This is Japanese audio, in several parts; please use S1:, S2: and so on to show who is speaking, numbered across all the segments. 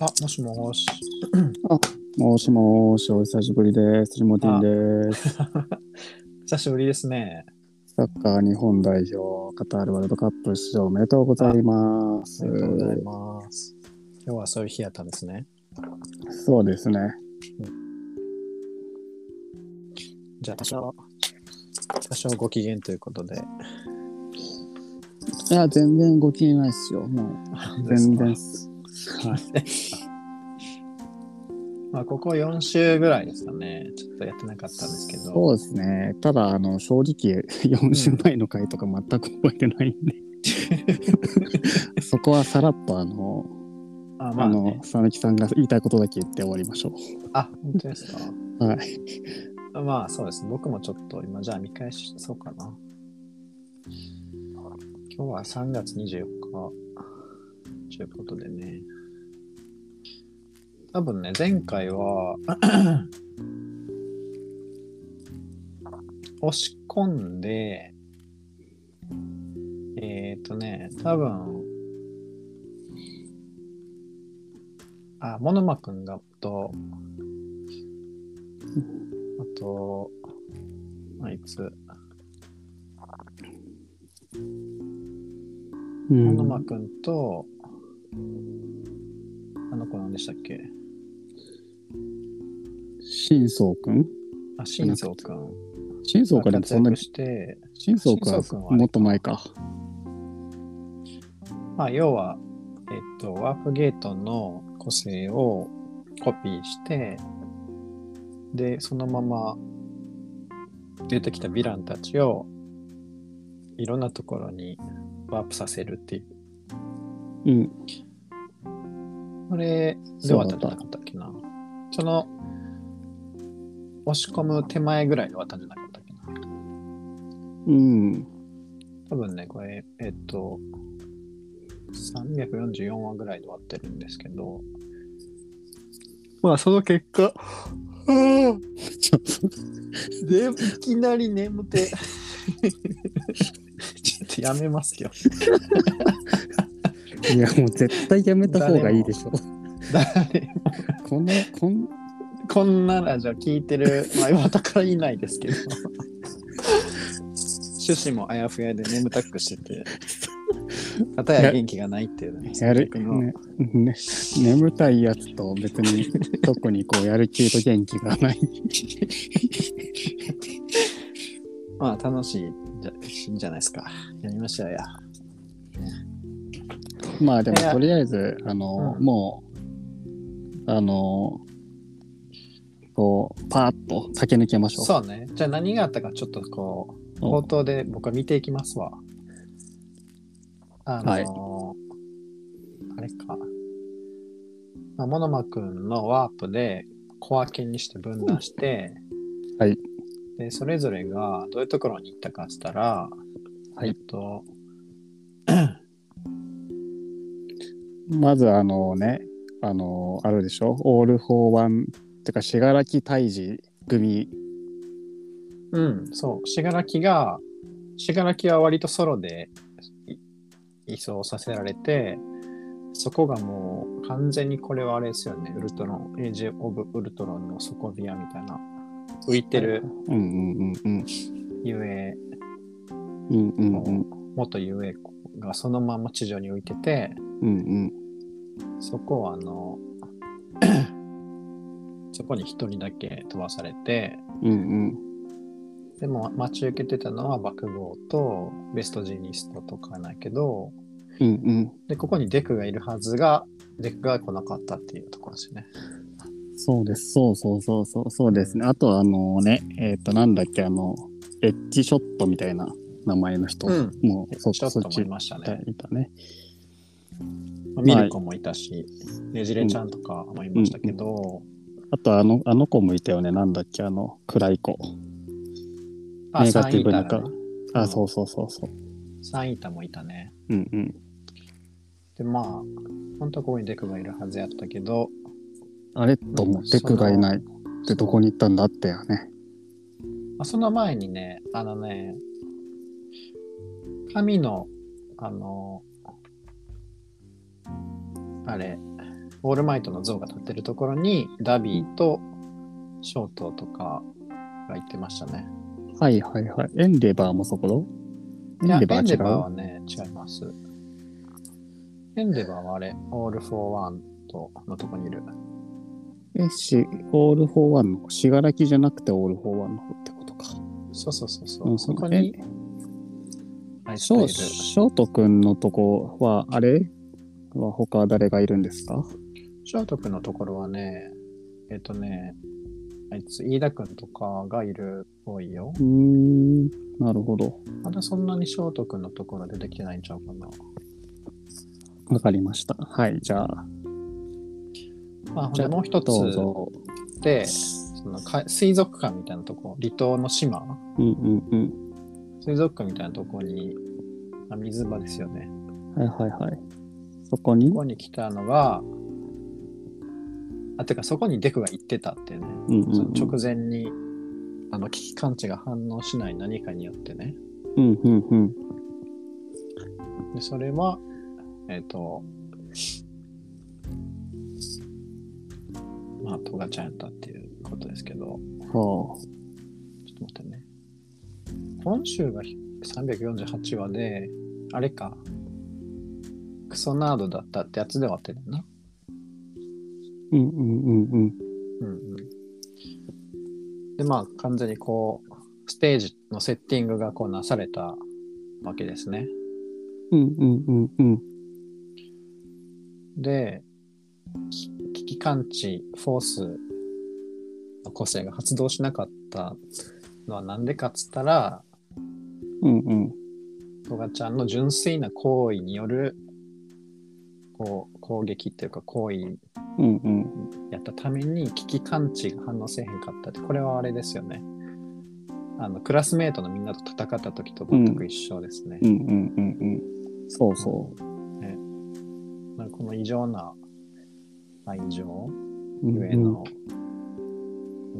S1: あ、もしもし。
S2: もしもーし、お久しぶりです。リモティンです。
S1: 久しぶりですね。
S2: サッカー日本代表、カタールワールドカップ出場おめでとうございます。
S1: ありがとうございます。今日はそういう日やったんですね。
S2: そうですね。
S1: じゃあ多少、多少ご機嫌ということで。
S2: いや、全然ご機嫌ないっすよ。もう、全然っす。
S1: まあ、ここ4週ぐらいですかね。ちょっとやってなかったんですけど。
S2: そうですね。ただ、あの、正 直、4週前の回とか全く覚えてないんで。そこはさらっと、あの、
S1: あ、ま
S2: あ
S1: あ、
S2: の、
S1: ね、
S2: 佐々木さんが言いたいことだけ言って終わりましょ
S1: あ本当ですか。
S2: う。はい。
S1: あまあ、そうですね。僕もちょっと今、じゃあ見返しそうかな。今日は3月24日ということでね。多分ね、前回は、 押し込んで、えっ、ー、とね、多分、あ、モノマくんがと、あと、あいつ、小
S2: うん
S1: 野間くんと、あの子何でしたっけ
S2: 新宗くん
S1: あ、新蔵くん。
S2: 新宗くんでも
S1: 活
S2: そんな
S1: 躍
S2: に、
S1: して、
S2: 新宗くん
S1: 新宗くんは
S2: は
S1: あれ
S2: もっと前か。
S1: まあ、要は、えっと、ワープゲートの個性をコピーして、で、そのまま出てきたヴィランたちをいろんなところにワープさせるっていう。
S2: うん。
S1: これでは当たらなかったっけなその押し込む手前ぐらいで渡んじゃなかったっけな
S2: うん。
S1: 多分ねこれえっと344話ぐらいで終わってるんですけどまあその結果
S2: ちょ
S1: でいきなり眠 てちょっとやめますよ
S2: いや、もう絶対やめた方がいいでしょ。
S1: 誰も
S2: この、こん、
S1: こんなラジオ聞いてる、 まあ、今だからいないですけど趣旨もあやふやで眠たくしてて片や元気がないっていうね
S2: やる、
S1: その時の
S2: ね、ね、眠たいやつと別に、特にこう、やる気と元気がない。
S1: まあ楽しいじゃいいんじゃないですかやりましょうや
S2: まあでも、
S1: いや
S2: とりあえず、あの、
S1: うん
S2: もう、あの、こう、パーッと駆け抜けましょう。
S1: そうねじゃあ何があったかちょっとこう
S2: お
S1: 冒頭で僕は見ていきますわあのー
S2: はい
S1: あれか、まあ、モノマくんのワープで小分けにして分断して、
S2: はい
S1: でそれぞれがどういうところに行ったかっつったら、
S2: はい
S1: えっと
S2: まず、あのね、あの、あるでしょ。オール・フォー・ワン、てか、信楽退治組。
S1: うんそう信楽が信楽は割とソロでい移送させられてそこがもう完全にこれはあれですよねウルトロンエイジ・オブ・ウルトロンの底ビアみたいな浮いてる
S2: うんうんうんうん。
S1: 遊泳
S2: うんうんうん。
S1: 元遊泳がそのまま地上に浮いてて
S2: うんうん。
S1: そこはあの そこに一人だけ飛ばされて
S2: うんうん。
S1: でも待ち受けてたのは爆豪とベストジーニストとかだけど
S2: うんうん。
S1: でここにデクがいるはずがデクが来なかったっていうところですよね。
S2: そうです。そうそうそうそう。そうですね。あとはあのね、えっ、と、なんだっけ、あの、エッジショットみたいな名前の人、
S1: うん
S2: もうそ
S1: ちょっ
S2: そ
S1: と思
S2: っち
S1: い
S2: い
S1: ました
S2: た
S1: ね。
S2: いたね。
S1: まあミルコもいたし、ねじれちゃんとかもいましたけど、
S2: あとあの、あの子もいたよね。なんだっけ、あの、暗い子。
S1: あ、
S2: ネガ
S1: サ
S2: テ
S1: ン
S2: ィ
S1: イ
S2: ブ
S1: タ
S2: な
S1: だなう
S2: あ、
S1: ん
S2: そうそうそうそう。
S1: サンイタもいたね。
S2: うんうん。
S1: で、まあ、本当はここにデクがいるはずやったけど、
S2: あれと思
S1: う
S2: っ
S1: ん
S2: て、デクがいない。
S1: そ
S2: で、
S1: う
S2: どこに行ったんだってやね。
S1: まあ、その前にね、あのね、神の、あの、あれ、オールマイトの像が立ってるところに、ダビーとショートとかが行ってましたね。
S2: はいはいはい。エンデバーもそころ
S1: い
S2: エ
S1: や
S2: ン
S1: エ
S2: デ
S1: ン
S2: バー違
S1: デバー
S2: う
S1: はね、違います。エンデバーはあれ、オール・フォー・ワンとのとこにいる。
S2: え、し、オール・フォー・ワンの、しがらきじゃなくてオール・フォー・ワンの方ってことか。
S1: そうそうそうそう。
S2: うん
S1: そこに、あいつ
S2: シ
S1: がい
S2: ョ
S1: る
S2: ショートくんのとこは、あれは他誰がいるんですか
S1: ショート君のところはね、えっ、とね、あいつ、飯田君とかがいるっぽいよ
S2: う。ーん、なるほど。
S1: まだそんなにショート君のところ出てきてないんちゃうかな。
S2: わかりました。はい、じゃあ、
S1: まあ、ほん
S2: じゃ
S1: で
S2: あ
S1: もう一
S2: どうぞ。
S1: つで、そのか水族館みたいなとこ、離島の島、
S2: うんうん
S1: 水族館みたいなとこに、あ水場ですよね。
S2: うん。はいはいはい。そこに
S1: ここに来たのが、あ、てかそこにデクが行ってたっていうね、
S2: うんうん
S1: そ
S2: うん
S1: の直前に、あの、危機感知が反応しない何かによってね、
S2: うんうんうん。
S1: でそれは、えっ、と、まあ、トガちゃんやったっていうことですけど、
S2: は
S1: ちょっと待ってね。今週が348話で、あれか、クソナードだったってやつで終わってるな。
S2: あ。うんうんうんうん。
S1: うんうん。で、まあ、完全にこう、ステージのセッティングがこうなされたわけですね。
S2: うんうんうんうん。
S1: で、き危機感知、フォースの個性が発動しなかったのはなんでかっつったら、
S2: うんうん。
S1: トガちゃんの純粋な行為によるこう攻撃っていうか行為
S2: うんうん。
S1: やったために危機感知が反応せえへんかったってこれはあれですよねあのクラスメートのみんなと戦った時と全く一緒ですね
S2: う、んうんうんうん。そうそう。
S1: なんかこの異常な愛情
S2: うん
S1: ゆえ
S2: うん
S1: の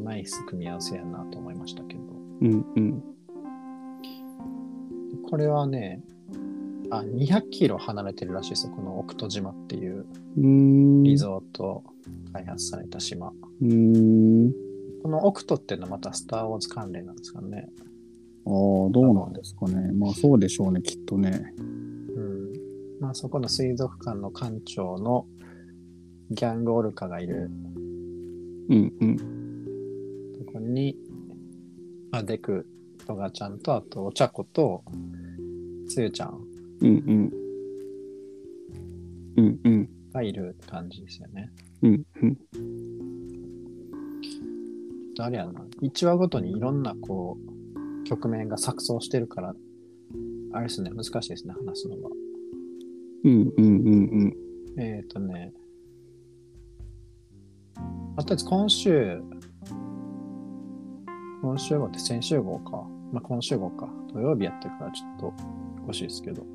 S1: ナイス組み合わせやなと思いましたけど
S2: うんうん。
S1: これはねあ200キロ離れてるらしいですよこの奥戸島っていう
S2: うーん。
S1: リゾート開発された島、
S2: うーん。
S1: このオクトっていうのはまたスター・ウォーズ関連なんですかね。
S2: ああ、どうなんですかね。まあそうでしょうね、きっとね。
S1: うん。まあそこの水族館の館長のギャングオルカがいる
S2: うんうん。
S1: とこに、まあ、デク、トガちゃんと、あとお茶子と、つゆちゃん
S2: うんうん。うんうん。
S1: がいる感じですよね。
S2: うんうん。
S1: ちょっとあれやな。1話ごとにいろんなこう、局面が錯綜してるから、あれですね、難しいですね、話すのは。
S2: うんうんうんうん。
S1: えっ、とね、あとりあえず今週、今週号って先週号か。まあ、今週号か。土曜日やってるからちょっと欲しいですけど。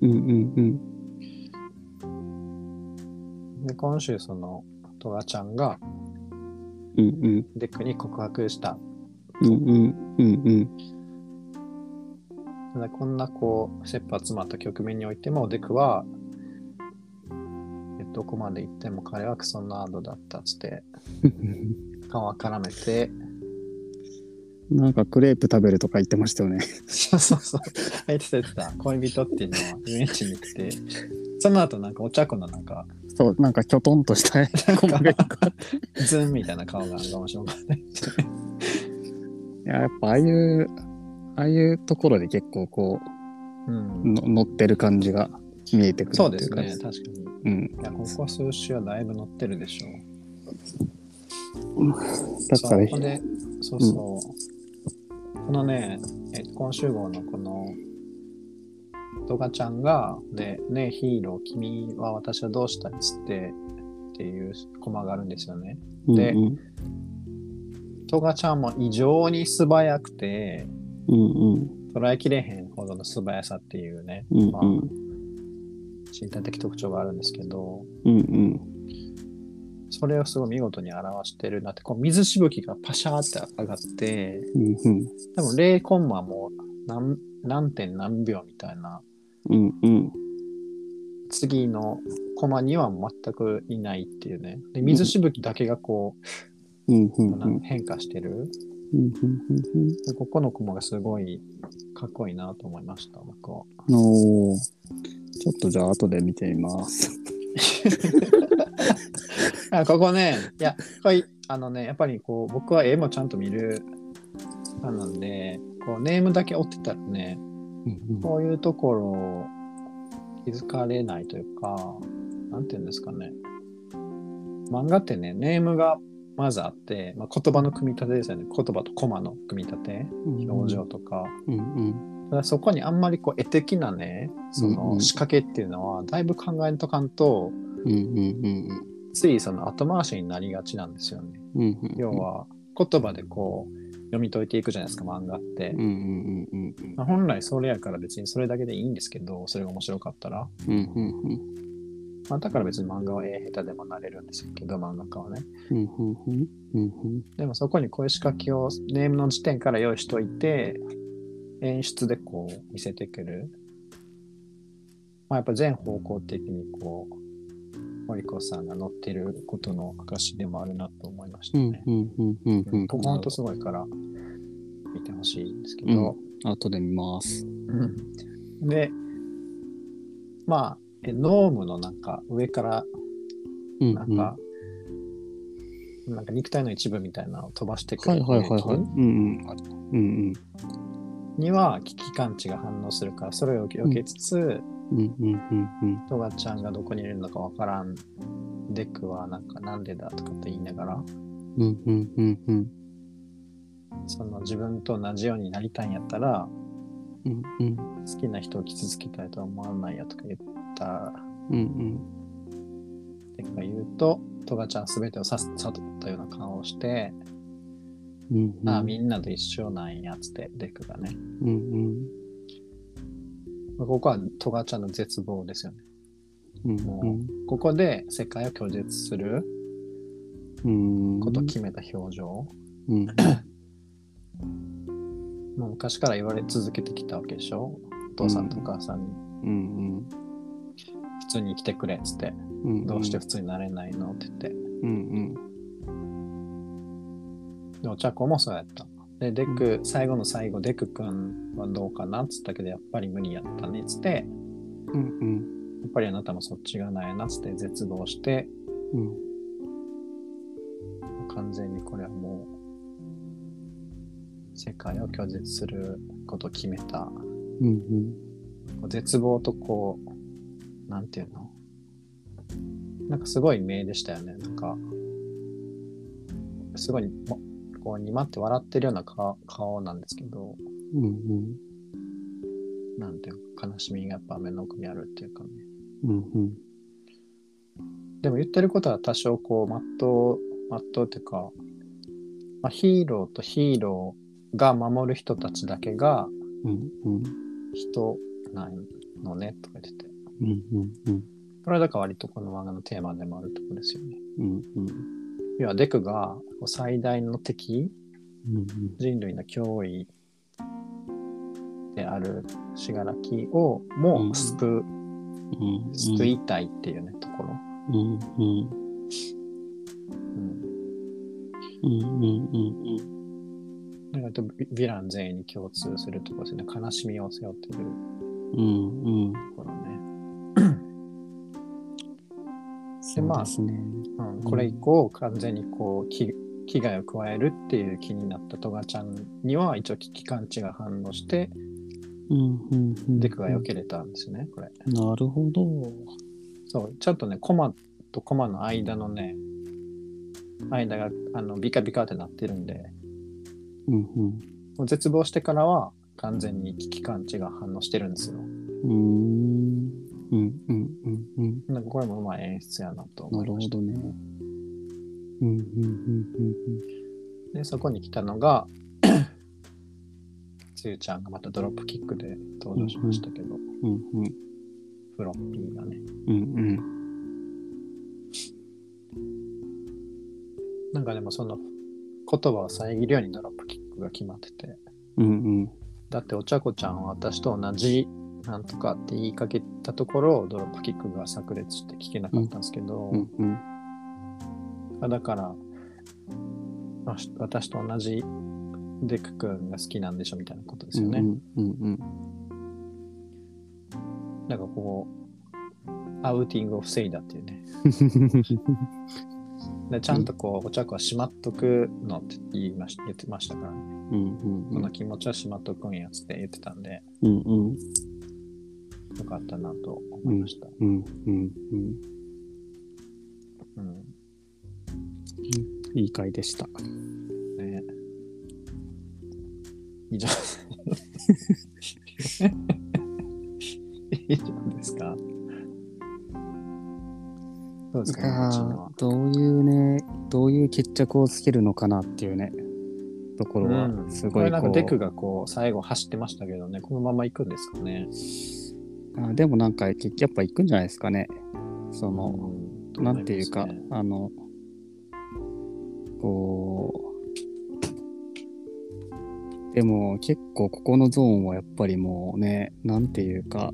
S2: うんうんうん。
S1: で、今週その、トガちゃんが
S2: うんうん。
S1: デックに告白した。
S2: うんうんうんうん。
S1: ただこんなこう、切羽詰まった局面においても、デックは、えどこまで行っても彼はクソナードだったっつって、顔を絡めて、
S2: なんかクレープ食べるとか言ってましたよね。
S1: そうそうそう。言ってた言ってた。恋人っていうのは遊園地に来て、その後なんかお茶子のなんか、
S2: そう、なんかきょとんとしたコマがいっぱい
S1: ズンみたいな顔が面白かったですね。
S2: いや、やっぱああいう、ああいうところで結構こ
S1: う
S2: う、
S1: ん。
S2: の乗ってる感じが見えてくる
S1: そう
S2: って
S1: で
S2: い
S1: す
S2: か
S1: ね、確かに。い
S2: うん。
S1: や、ここ数週はだいぶ乗ってるでしょう。
S2: だから、
S1: そうで、そうそう。このね、え今週号のこの、ドガちゃんが、で、ねえヒーロー、君は私はどうしたいっつって、っていうコマがあるんですよね。
S2: うん
S1: で
S2: うん
S1: トガちゃんも異常に素早くて、
S2: うん
S1: 捉えきれへんほどの素早さっていうね、
S2: うんうん
S1: まあ身体的特徴があるんですけど、
S2: うんうん
S1: それをすごい見事に表してるなって、こう水しぶきがパシャーって上がって、
S2: うんうん
S1: 多分0コンマもう何何点何秒みたいな
S2: うんうん
S1: 次のコマには全くいないっていうね。で、水しぶきだけがこ
S2: うんう
S1: う、
S2: んうん
S1: なんか変化してる。
S2: うんうん
S1: で、ここのコマがすごいかっこいいなと思いました、僕は。
S2: うんおーちょっとじゃあ後で見てみます。
S1: あここね、いや、これ、あのね、やっぱりこう、僕は絵もちゃんと見るなので、こう、ネームだけ追ってたらね、こういうところ気づかれないというか、なんていうんですかね。漫画ってね、ネームがまずあって、まあ、言葉の組み立てですよね。言葉とコマの組み立て、表情とか。
S2: うんうん
S1: ただそこにあんまりこう絵的なね、そ
S2: うんう
S1: の
S2: ん
S1: 仕掛けっていうのは、だいぶ考えんとかんと、
S2: うんうん
S1: ついその後回しになりがちなんですよね。
S2: うんうんうん
S1: 要は、言葉でこう、読み解いていくじゃないですか、漫画って
S2: うん。うんうんうん
S1: まあ、本来それやから別にそれだけでいいんですけど、それが面白かったら。
S2: うんうんうん
S1: まあ、だから別に漫画は絵下手でもなれるんですけど、漫画家はね。
S2: うんうんうんうん
S1: でもそこにこういう仕掛けをネームの時点から用意しといて、演出でこう見せてくる。まあ、やっぱ全方向的にこう、森子さんが乗ってることの証でもあるなと思いました
S2: うん
S1: ね。
S2: うんうんうんうん
S1: 僕ほんとすごいから見てほしいんですけど。
S2: 後で見ます。
S1: うんで、まあ、えノームのなんか上から
S2: うんうん
S1: なんか、なんか肉体の一部みたいなのを飛ばしてく
S2: はい
S1: る
S2: はいはいはい。うんうん。うん
S1: には危機感知が反応するからそれを避けつつ、
S2: うん。うんうんうん
S1: トガちゃんがどこにいるのかわからんデクはなんかなんでだとかって言いながら
S2: うん。うんうんうんうん。
S1: その自分と同じようになりたいんやったら
S2: うんうん
S1: 好きな人を傷つけたいとは思わないやとか言った
S2: うん
S1: デクが言うとトガちゃん全てをさす悟ったような顔をして、
S2: うん。
S1: ああみんなと一緒なんやつってデクがね
S2: うんうん。
S1: まあここはトガちゃんの絶望ですよね
S2: うん
S1: ここで世界を拒絶する
S2: うん。
S1: ことを決めた表情、
S2: うん
S1: もう昔から言われ続けてきたわけでしょお父さんとお母さんに
S2: うん
S1: 普通に生きてくれっつって、
S2: うん。
S1: どうして普通になれないのって言って
S2: うん
S1: でもチャコもそうやったでデク、最後の最後デク君はどうかなっつったけどやっぱり無理やったねっつって
S2: うん。うんうん
S1: やっぱりあなたもそっちがないなっつって絶望して
S2: うん。
S1: 完全にこれはもう世界を拒絶することを決めた
S2: うんうん。
S1: こう絶望とこう、なんていうのなんかすごい名でしたよね。なんか、すごい、もこう、にまって笑ってるような顔顔なんですけど、
S2: うんうん。
S1: なんていうか、悲しみがやっぱ目の奥にあるっていうかね。
S2: うんうん。
S1: でも言ってることは多少こう、まっとう、まっとうっていうか、まあ、ヒーローとヒーローが守る人たちだけが
S2: うんうん。
S1: 人なんのね、とか言ってて。
S2: うんうんうん。
S1: これはだから割とこの漫画のテーマでもあるところですよね。
S2: うんうん。
S1: 要はデクがこう最大の敵
S2: うん
S1: 人類の脅威である信楽をもう救,、
S2: うん。
S1: う救いたいっていうねところ、
S2: うんうん。
S1: うん、
S2: うんうんうん
S1: だからとヴィラン全員に共通するところですね悲しみを背負ってる
S2: うんうん
S1: ところね、
S2: そ
S1: でまあ
S2: うですね
S1: うん、これ以降完全にこうき危害を加えるっていう気になったトガちゃんには一応危機感知が反応して
S2: うんうんうん
S1: デクが避けれたんですねこれ
S2: なるほど
S1: そう、ちょっとね、コマとコマの間のね、間があのビカビカってなってるんで、
S2: うんうん
S1: もう絶望してからは完全に危機感知が反応してるんですよ。
S2: うーんうんうんうんうん
S1: なんかこれもまあ演出やなと思
S2: ないる
S1: ま
S2: ほ
S1: した。
S2: どねうんうん
S1: で、そこに来たのが、つゆちゃんがまたドロップキックで登場しましたけど、
S2: うんうんうん
S1: フロッピーがね。
S2: うんうん
S1: なんかでもその言葉を遮るようにドロップキックが決まってて、
S2: うんうん
S1: だってお茶子ちゃんは私と同じなんとかって言いかけたところ、ドロップキックが炸裂して聞けなかったんですけど、
S2: うんうん
S1: あだから、あし私と同じデク君が好きなんでしょみたいなことですよね。
S2: うんうんうん
S1: なんかこう、アウティングを防いだっていうね。でちゃんとこう、お茶子はしまっとくのって言いまし言ってましたから、ね、
S2: うんうん
S1: この気持ちはしまっとくんやつって言ってたんで、
S2: うんうん
S1: よかったなと思いました。
S2: うんうんうん
S1: うん
S2: いい回でした。
S1: ね以上。以上ですかどうですかね、こっちのは。
S2: どういうね、どういう決着をつけるのかなっていうね、ところ
S1: う
S2: は
S1: ん、
S2: す
S1: こ
S2: ごい
S1: れ
S2: こ
S1: な
S2: う、
S1: んかデクがこう最後走ってましたけどね、このまま行くんですかね。
S2: あでもなんか結やっぱ行くんじゃないですかね。その、
S1: う
S2: なんていうか、あの、こう、でも結構ここのゾーンはやっぱりもうね、なんていうか、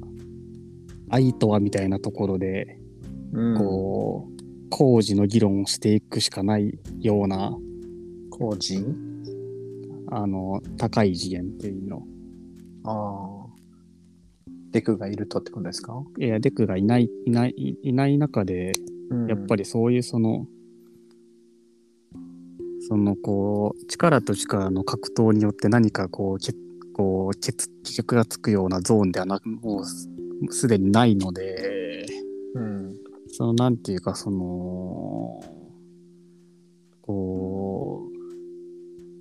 S2: 愛とはみたいなところで、
S1: こ
S2: こう、工事の議論をしていくしかないような、
S1: う、個人
S2: あの、高い次元っていうの。
S1: ああ。デクがいるとってことですか
S2: いや、デクがいない、いない、いいない中で、やっぱ
S1: り。
S2: りそういうその、そのこう、力と力の格闘によって何かこう、けこう、けつ結局がつくようなゾーンではなく、もうすすでにないので、
S1: うん。
S2: そのなんていうかそのこう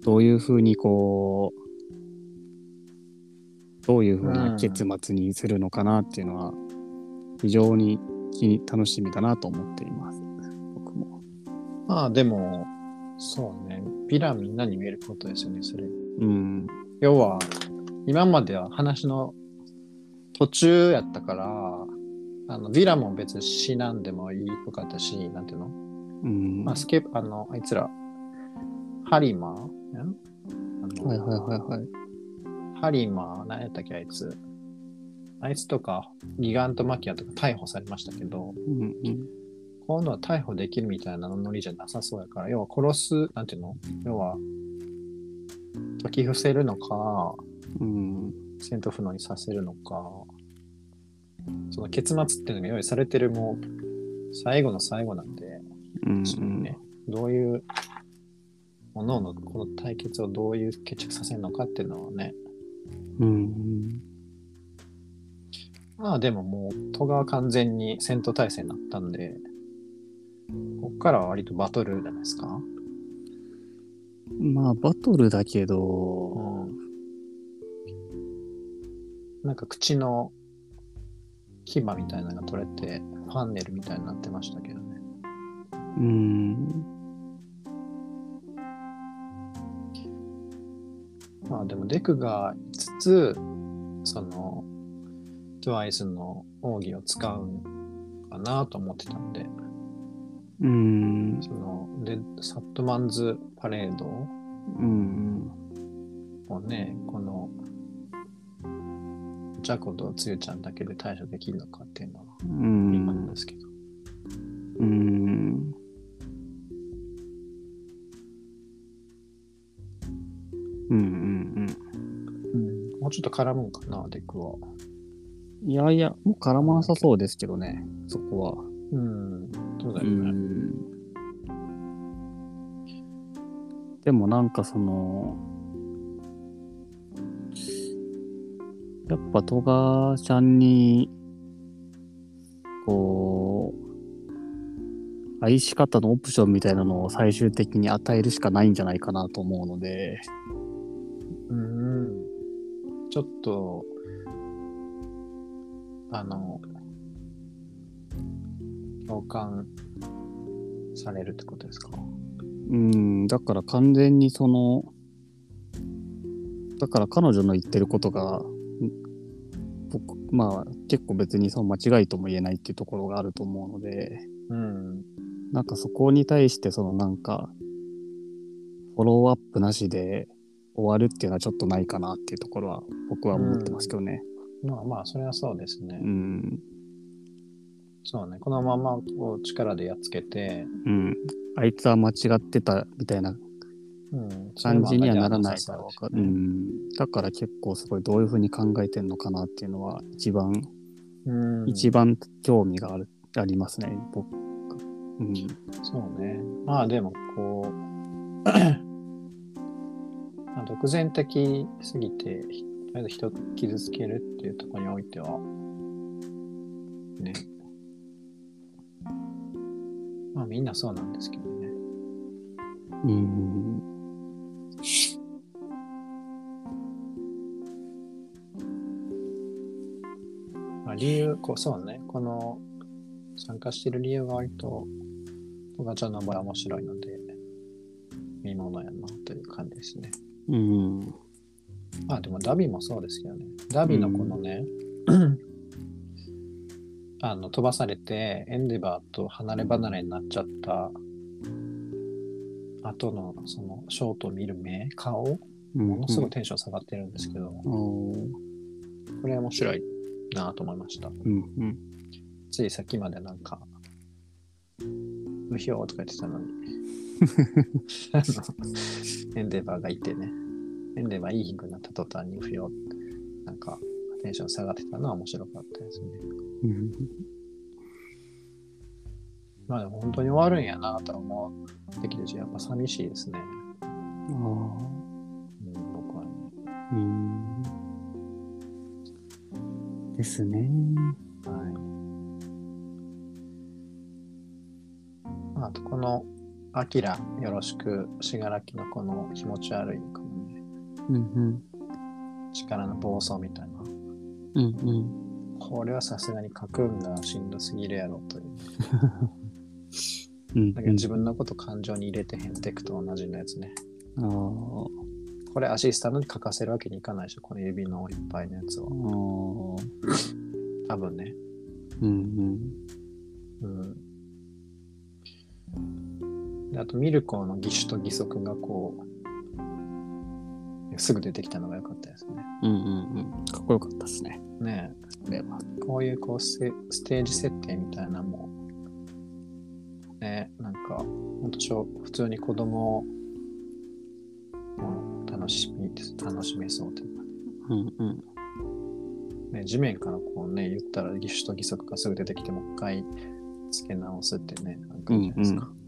S2: どういうふうにこうどういうふうな結末にするのかなっていうのは非常に気に楽しみだなと思っています僕も。
S1: まあでも、そうね。ヴィランみんなに見えることですよね、それ。
S2: うん
S1: 要は今までは話の途中やったからあのヴィラも別に死なんでもいいとかだしなんていうの、
S2: うん
S1: まあ、スケあのあいつらハリマーんあの
S2: はいはいはいはい。
S1: ハリマー何やったっけあいつあいつとかギガントマキアとか逮捕されましたけど
S2: うんうん
S1: 今度は逮捕できるみたいなノリじゃなさそうやから要は殺すなんていうの要は解き伏せるのか
S2: うん
S1: セントフノにさせるのか、その結末っていうのが用意されてるもう最後の最後なんで、
S2: うん
S1: 確かにね、どういう、各々のこの対決をどういう決着させるのかっていうのはね、
S2: うん
S1: まあでももう、戸川完全に戦闘態勢になったんで、こっからは割とバトルじゃないですか。
S2: うんまあバトルだけど、
S1: うん。なんか口の牙みたいなのが取れて、ファンネルみたいになってましたけどね。
S2: うん
S1: まあでもデクが5つその TWICE の奥義を使うかなと思ってたんで
S2: うん
S1: そのでサットマンズパレード
S2: うん
S1: をねこのジャコとつゆちゃんだけで対処できるのかっていうのは
S2: うん
S1: 今なんですけど、
S2: うーんうんうん
S1: もうちょっと絡むんかなデクは
S2: うん。いやいや、もう絡まなさそうですけどね、そこは。
S1: うんそうだ
S2: う
S1: よね
S2: ん。でもなんかその、やっぱ戸川ちゃんに、こう、愛し方のオプションみたいなのを最終的に与えるしかないんじゃないかなと思うので、
S1: うん、ちょっとあの共感されるってことですか
S2: うん、だから完全にその、だから彼女の言ってることが、ん僕、まあ結構別にその間違いとも言えないっていうところがあると思うので、
S1: うん
S2: なんかそこに対してそのなんか、フォローアップなしで終わるっていうのはちょっとないかなっていうところは僕は思ってますけどね。
S1: まあまあ、それはそうですね。
S2: うん。
S1: そうね。このままこう力でやっつけて、
S2: うん。あいつは間違ってたみたいな
S1: うん、
S2: 感じにはならないからわ
S1: わ
S2: かる。うん。だから結構すごいどういうふうに考えてんのかなっていうのは一番、
S1: うん、
S2: 一番興味がある、ありますね、僕。うん。
S1: そうね。まあでも、こう、 まあ独善的すぎて、ひとりあえず人を傷つけるっていうところにおいては、ね。まあみんなそうなんですけどね。
S2: うん。
S1: まあ、理由、こうそうね。この参加してる理由が割と、トガちゃんの場合は面白いので、見ものやなという感じですね。
S2: うん。
S1: まあでもダビもそうですけどね。ダビのこのね、あの飛ばされてエンデバーと離れ離れになっちゃった後のそのショートを見る目、顔、
S2: うん
S1: ものすごいテンション下がってるんですけど、
S2: おー
S1: これ面白いなと思いました。
S2: うんうん。
S1: ついさっきまでなんか、無表とか言ってたのに。あのエンデバーがいてね。エンデバーいい日になった途端に無表。なんか、テンション下がってたのは面白かったですね。
S2: うん
S1: まあでも本当に終わるんやなとは思ってきてし、やっぱ寂しいですね。
S2: あ
S1: うん、僕はね。
S2: あ。うん。ですね。
S1: はい。まああとこの、アキラよろしく、しがらきのこの気持ち悪い、このね、
S2: うんうん。
S1: 力の暴走みたいな。
S2: うん
S1: これはさすがに書くんがしんどすぎるやろという。
S2: うん。うん
S1: だけど自分のこと感情に入れてへんテクと同じのやつね。
S2: ああ。
S1: これアシスタントに書かせるわけにいかないでしょ、この指のいっぱいのやつ
S2: あ
S1: を。
S2: あ。
S1: 多分ね。
S2: うん
S1: うん。であと、ミルコーの義手と義足がこう、すぐ出てきたのが良かったですね。
S2: うん。うんうんうん。かっこよかったですね。
S1: ね
S2: これは。
S1: え、こういうこうステステージ設定みたいなのもねえ、なんか、本当小普通に子供を、うん楽しみ、楽しめそうというか
S2: うんうん。
S1: ね、地面からこうね、言ったら義手と義足がすぐ出てきて、もう一回付け直すってね、なんかいいじゃないですか。
S2: うん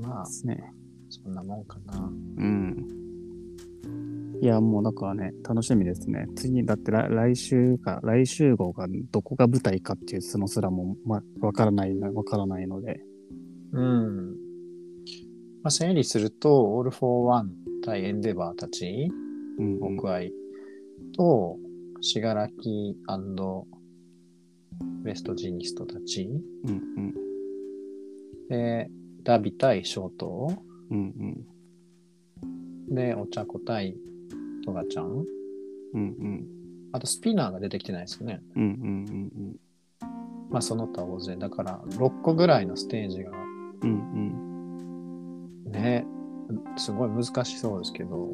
S1: ま
S2: う
S1: あ
S2: ん。で、すね。
S1: そんなもんかな。
S2: うん。いや、もうだからね、楽しみですね。次、だって来来週か、来週号がどこが舞台かっていうそのすらも、ま、わからないな、わからないので。
S1: うん。まあ、整理すると、オール・フォー・ワン対エンデバーたち、
S2: うんうん
S1: 僕はと、しがらきウエストジーニストたち、
S2: うん
S1: で、ダビ対ショート、
S2: うんうん
S1: で、お茶子対トガちゃん、
S2: うんうん
S1: あとスピナーが出てきてないですよね。
S2: うんうんうん
S1: まあ、その他大勢。だから、6個ぐらいのステージが、
S2: うんうん
S1: ね、すごい難しそうですけど、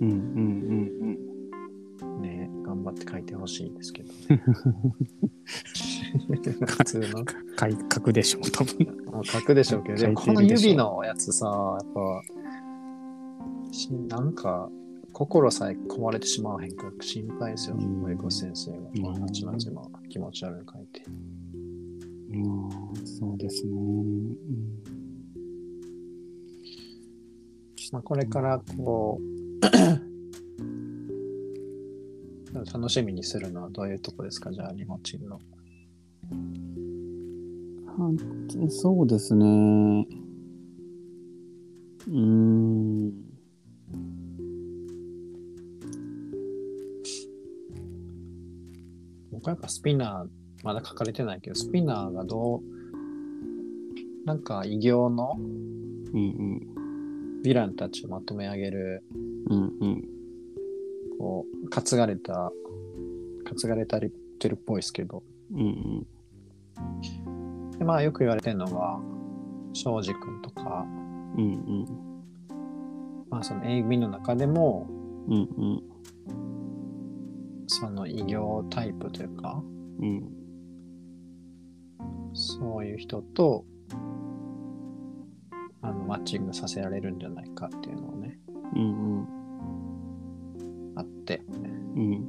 S2: うんうん
S1: ね、頑張って書いてほしいですけ ど、ね。普通の。
S2: うん改革でしょう多分
S1: もう書くでしょうけど、でもこ
S2: 書い
S1: の
S2: てるでしょ
S1: 指のやつさ、やっぱ、しなんか、心さえ込まれてしまわへんか心配ですよ、
S2: うん
S1: 森越先生が。
S2: ん
S1: こんなちまちま気持ち悪いの書いて。
S2: うんそうですねうん
S1: まあ、これから、こう、 楽しみにするのはどういうとこですか、じゃあ、リモチンの。
S2: はそうですねうーん
S1: 僕はやっぱスピナー、まだ書かれてないけど、スピナーがどう、なんか異形の
S2: うん
S1: ヴィランたちをまとめ上げる
S2: うんうんうん
S1: こう、担がれた、担がれたりてるっぽいですけど。
S2: うん
S1: でまあ、よく言われてるのが、庄司くんとか、
S2: うんうん
S1: まあその A 組の中でも、
S2: うんうん
S1: その異業タイプというか、
S2: うん
S1: そういう人と、あの、マッチングさせられるんじゃないかっていうのをね、
S2: うん
S1: あって、
S2: うん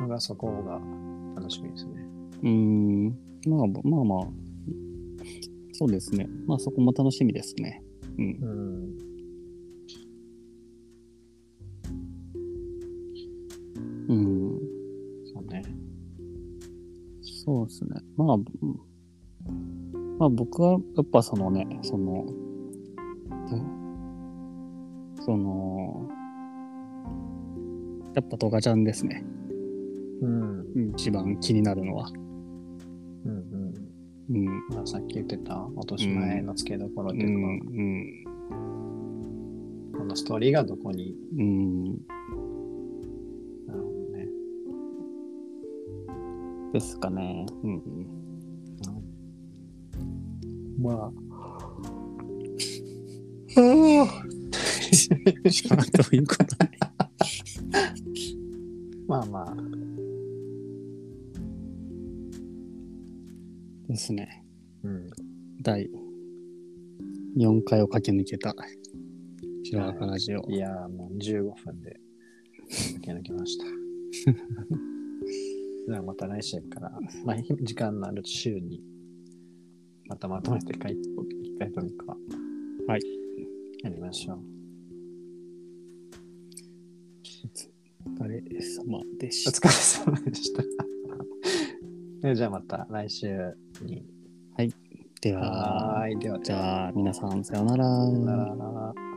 S1: 僕はそこが楽しみですね。
S2: うんまあまあまあそうですねまあそこも楽しみですねうん
S1: うん。
S2: うん
S1: そうね。
S2: そうですね。まあ、うんまあ僕はやっぱそのね、その、うんその、やっぱトガちゃんですね。
S1: うん。
S2: 一番気になるのは。
S1: うんうん。
S2: うん。
S1: まあさっき言ってた落とし前の付けどころと
S2: う
S1: いうか、
S2: ん。うん。
S1: このストーリーがどこに
S2: うん。
S1: なるほどね。
S2: ですかね。うん。
S1: ま
S2: ああ、どういうこと
S1: あ、まあまあ、
S2: ですね。
S1: うん。
S2: 第4回を駆け抜けた白赤ラジオ。
S1: いやーもう15分で駆け抜けました。じゃあまた来週から、まあ、ひ時間のある週に、またまとめて書いておきたいというか、
S2: はい。
S1: やりましょう。
S2: お疲れ様でし
S1: お
S2: た。
S1: 疲れ様でした。 でじゃあまた来週に。
S2: では。
S1: ーい。では、
S2: じゃあ皆さんさようなら。
S1: さよなら。